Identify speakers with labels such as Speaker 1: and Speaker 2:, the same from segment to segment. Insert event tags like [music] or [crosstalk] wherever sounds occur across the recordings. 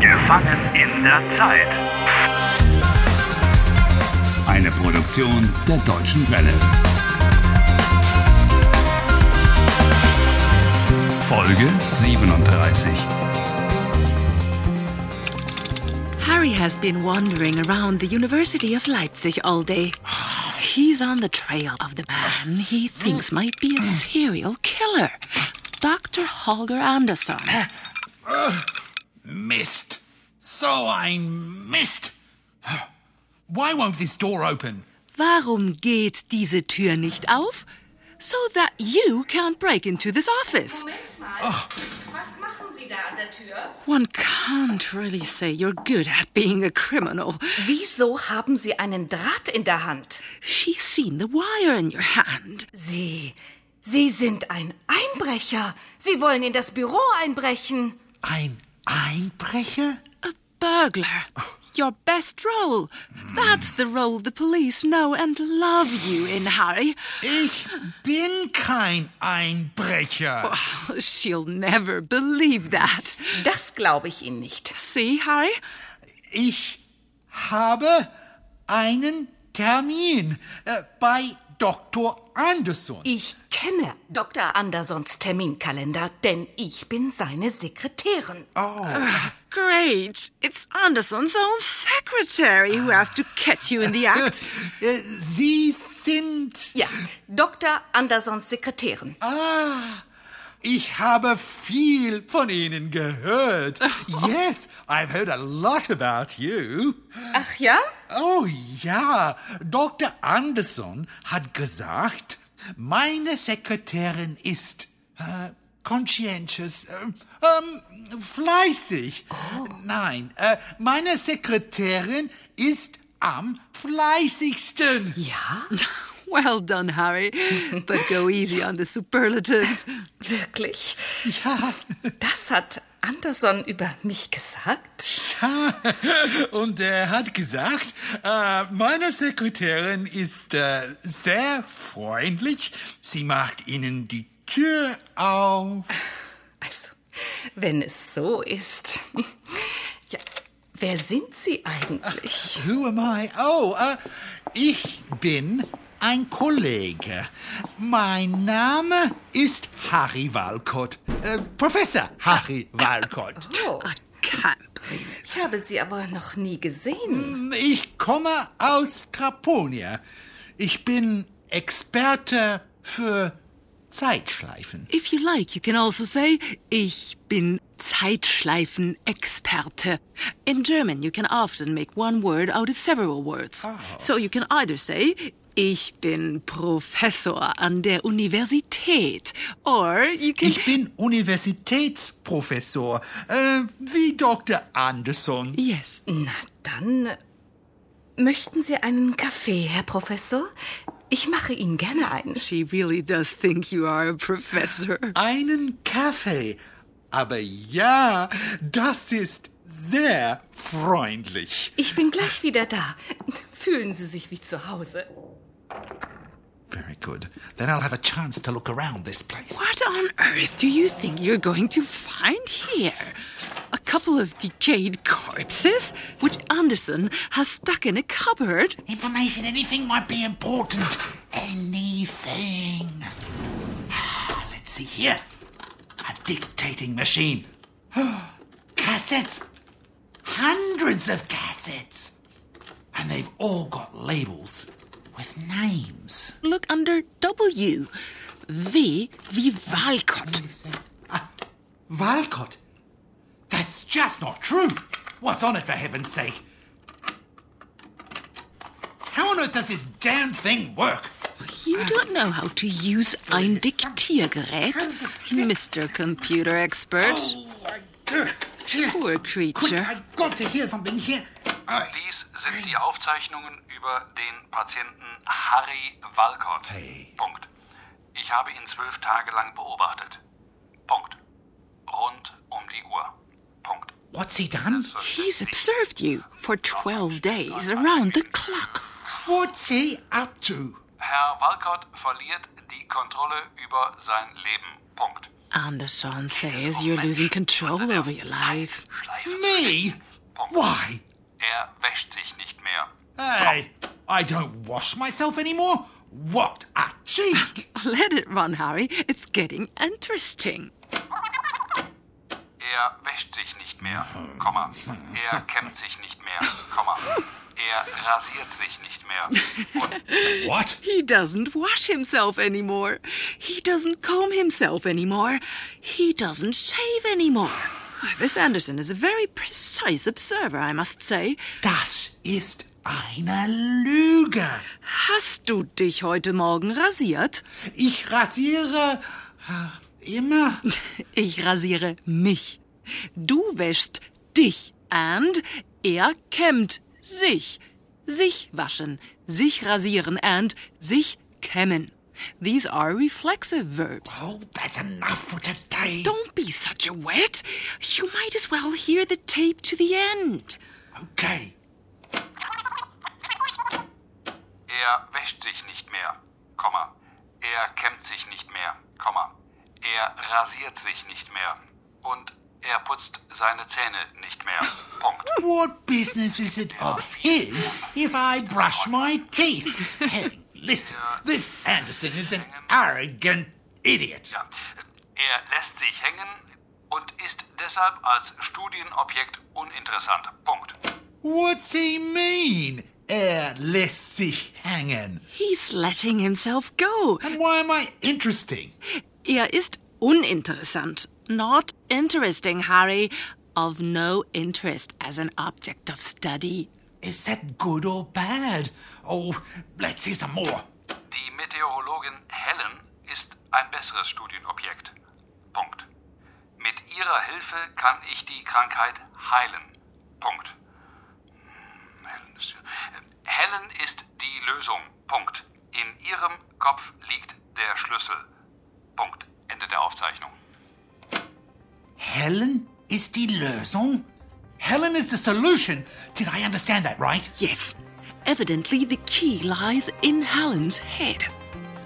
Speaker 1: Gefangen in der Zeit.
Speaker 2: Eine Produktion der Deutschen Welle. Folge 37.
Speaker 3: Harry has been wandering around the University of Leipzig all day. He's on the trail of the man he thinks might be a serial killer, Dr. Holger Anderson.
Speaker 4: Mist. So ein Mist. Why won't this door open?
Speaker 3: Warum geht diese Tür nicht auf? So that you can't break into this office.
Speaker 5: Moment mal. Was machen Sie da an der Tür?
Speaker 3: One can't really say you're good at being a criminal.
Speaker 5: Wieso haben Sie einen Draht in der Hand?
Speaker 3: She's seen the wire in your hand.
Speaker 5: Sie. Sie sind ein Einbrecher. Sie wollen in das Büro einbrechen.
Speaker 4: Ein Einbrecher?
Speaker 3: A burglar. Your best role. That's the role the police know and love you in, Harry. [sighs]
Speaker 4: Ich bin kein Einbrecher.
Speaker 3: She'll never believe that.
Speaker 5: Das glaube ich Ihnen nicht.
Speaker 3: See, Harry?
Speaker 4: Ich habe einen Termin äh, bei Dr. Anderson.
Speaker 5: Ich kenne Dr. Andersons Terminkalender, denn ich bin seine Sekretärin.
Speaker 3: Great. It's Anderson's own secretary who has to catch you in the act.
Speaker 4: [laughs] Äh, Sie sind.
Speaker 5: Ja, Dr. Andersons Sekretärin.
Speaker 4: Ah, ich habe viel von Ihnen [laughs] gehört. Yes, I've heard a lot about you.
Speaker 5: Ach ja?
Speaker 4: Oh ja, Dr. Anderson hat gesagt, meine Sekretärin ist äh, conscientious, äh, ähm, fleißig. Nein, äh, meine Sekretärin ist am fleißigsten.
Speaker 5: Ja,
Speaker 3: Well done, Harry. But go easy on the superlatives.
Speaker 5: wirklich? Ja. Das hat Anderson über mich gesagt?
Speaker 4: Und er hat gesagt, äh, meine Sekretärin ist äh, sehr freundlich. Sie macht Ihnen die Tür auf.
Speaker 5: Also, wenn es so ist. [laughs] Ja, wer sind Sie eigentlich?
Speaker 4: Who am I? Oh, äh, ich bin ein Kollege. Mein Name ist Harry Walcott. Äh, Professor Harry Walcott.
Speaker 5: Oh,
Speaker 3: I can't believe it.
Speaker 5: ich habe Sie aber noch nie
Speaker 3: Hm.
Speaker 5: gesehen.
Speaker 4: Ich komme aus Traponia. Ich bin Experte für Zeitschleifen.
Speaker 3: If you like, you can also say, Ich bin Zeitschleifenexperte. In German, you can often make one word out of several words. So you can either say, Ich bin Professor an der Universität. Or you can.
Speaker 4: Ich bin Universitätsprofessor, äh, wie Dr. Anderson.
Speaker 3: yes.
Speaker 5: Na dann, äh, möchten Sie einen Kaffee, Herr Professor? Ich mache Ihnen gerne einen.
Speaker 3: She really does think you are a professor.
Speaker 4: Einen Kaffee. Aber ja, das ist sehr freundlich.
Speaker 5: Ich bin gleich wieder da. Fühlen Sie sich wie zu Hause.
Speaker 4: Very good. Then I'll have a chance to look around this place.
Speaker 3: What on earth do you think you're going to find here? A couple of decayed corpses, which Anderson has stuck in a cupboard.
Speaker 4: Information, anything might be important. Anything. Ah, Let's see here. A dictating machine. [gasps] Cassettes. Hundreds of cassettes. And they've all got labels with names.
Speaker 3: [laughs] Look under W. V wie Walcott.
Speaker 4: Valcott. That's just not true. What's on it, for heaven's sake? How on earth does this damned thing work?
Speaker 3: You don't know how to use ein Diktiergerät, Mr. Computer Expert.
Speaker 4: Oh, I do. Here.
Speaker 3: Poor
Speaker 4: Quick,
Speaker 3: creature.
Speaker 4: I've got to hear something here. All right.
Speaker 6: Dies sind die Aufzeichnungen über den Patienten Harry Walcott.
Speaker 4: Hey.
Speaker 6: Punkt. Ich habe ihn zwölf Tage lang beobachtet. Punkt. Rund um die Uhr. Punkt.
Speaker 4: What's he done?
Speaker 3: He's observed you for 12 days around the clock.
Speaker 4: What's he up to?
Speaker 6: Herr Walcott verliert die Kontrolle über sein Leben. Punkt.
Speaker 3: Anderson says you're losing control over your life.
Speaker 6: Schleifen.
Speaker 4: Me?
Speaker 6: Punkt.
Speaker 4: Why?
Speaker 6: Er wäscht sich nicht mehr.
Speaker 4: Hey, I don't wash myself anymore. What a cheek!
Speaker 3: Let it run, Harry. It's getting interesting.
Speaker 6: Er wäscht sich nicht mehr, Komma. Er kämmt sich nicht mehr, Komma. Er rasiert sich nicht mehr.
Speaker 4: [laughs]
Speaker 6: Und
Speaker 4: What?
Speaker 3: He doesn't wash himself anymore. He doesn't comb himself anymore. He doesn't shave anymore. This Anderson is a very precise observer, I must say.
Speaker 4: Das ist eine Lüge.
Speaker 3: Hast du dich heute Morgen rasiert?
Speaker 4: Ich rasiere äh, immer.
Speaker 3: Ich rasiere mich. Du wäschst dich. And er kämmt sich. Sich waschen, sich rasieren and sich kämmen. These are reflexive verbs.
Speaker 4: Oh, that's enough for today.
Speaker 3: Don't be such a wet. You might as well hear the tape to the end.
Speaker 4: Okay.
Speaker 6: er wäscht sich nicht mehr, Komma. Er kämmt sich nicht mehr, Komma. Er rasiert sich nicht mehr. Und er putzt seine Zähne nicht mehr. Punkt.
Speaker 4: What business is it of his if I brush my teeth? Hey, listen, this Anderson is an arrogant idiot.
Speaker 6: Ja. Er lässt sich hängen und ist deshalb als Studienobjekt uninteressant. Punkt.
Speaker 4: What's he mean? Er lässt sich hängen.
Speaker 3: He's letting himself go.
Speaker 4: And why am I interesting?
Speaker 3: Er ist uninteressant. Not interesting, Harry. Of no interest as an object of study.
Speaker 4: Is that good or bad? Oh, let's see some more.
Speaker 6: Die Meteorologin Helen ist ein besseres Studienobjekt. Punkt. Mit ihrer Hilfe kann ich die Krankheit heilen. Punkt. Hm, Helen ist, äh, Helen ist die Lösung. Punkt. In ihrem Kopf liegt der Schlüssel. Punkt. Ende der Aufzeichnung.
Speaker 4: Helen is die Lösung? Helen is the solution. Did I understand that right?
Speaker 3: Yes. Evidently, the key lies in Helen's head.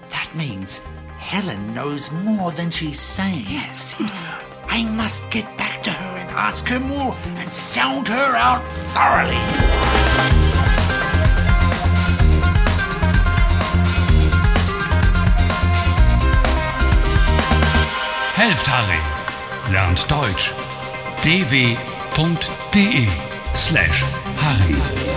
Speaker 4: That means Helen knows more than she's saying.
Speaker 3: Yes, seems so.
Speaker 4: I must get back to her and ask her more and sound her out thoroughly.
Speaker 2: Helft Harry. Lernt Deutsch. dw.de slash Harry.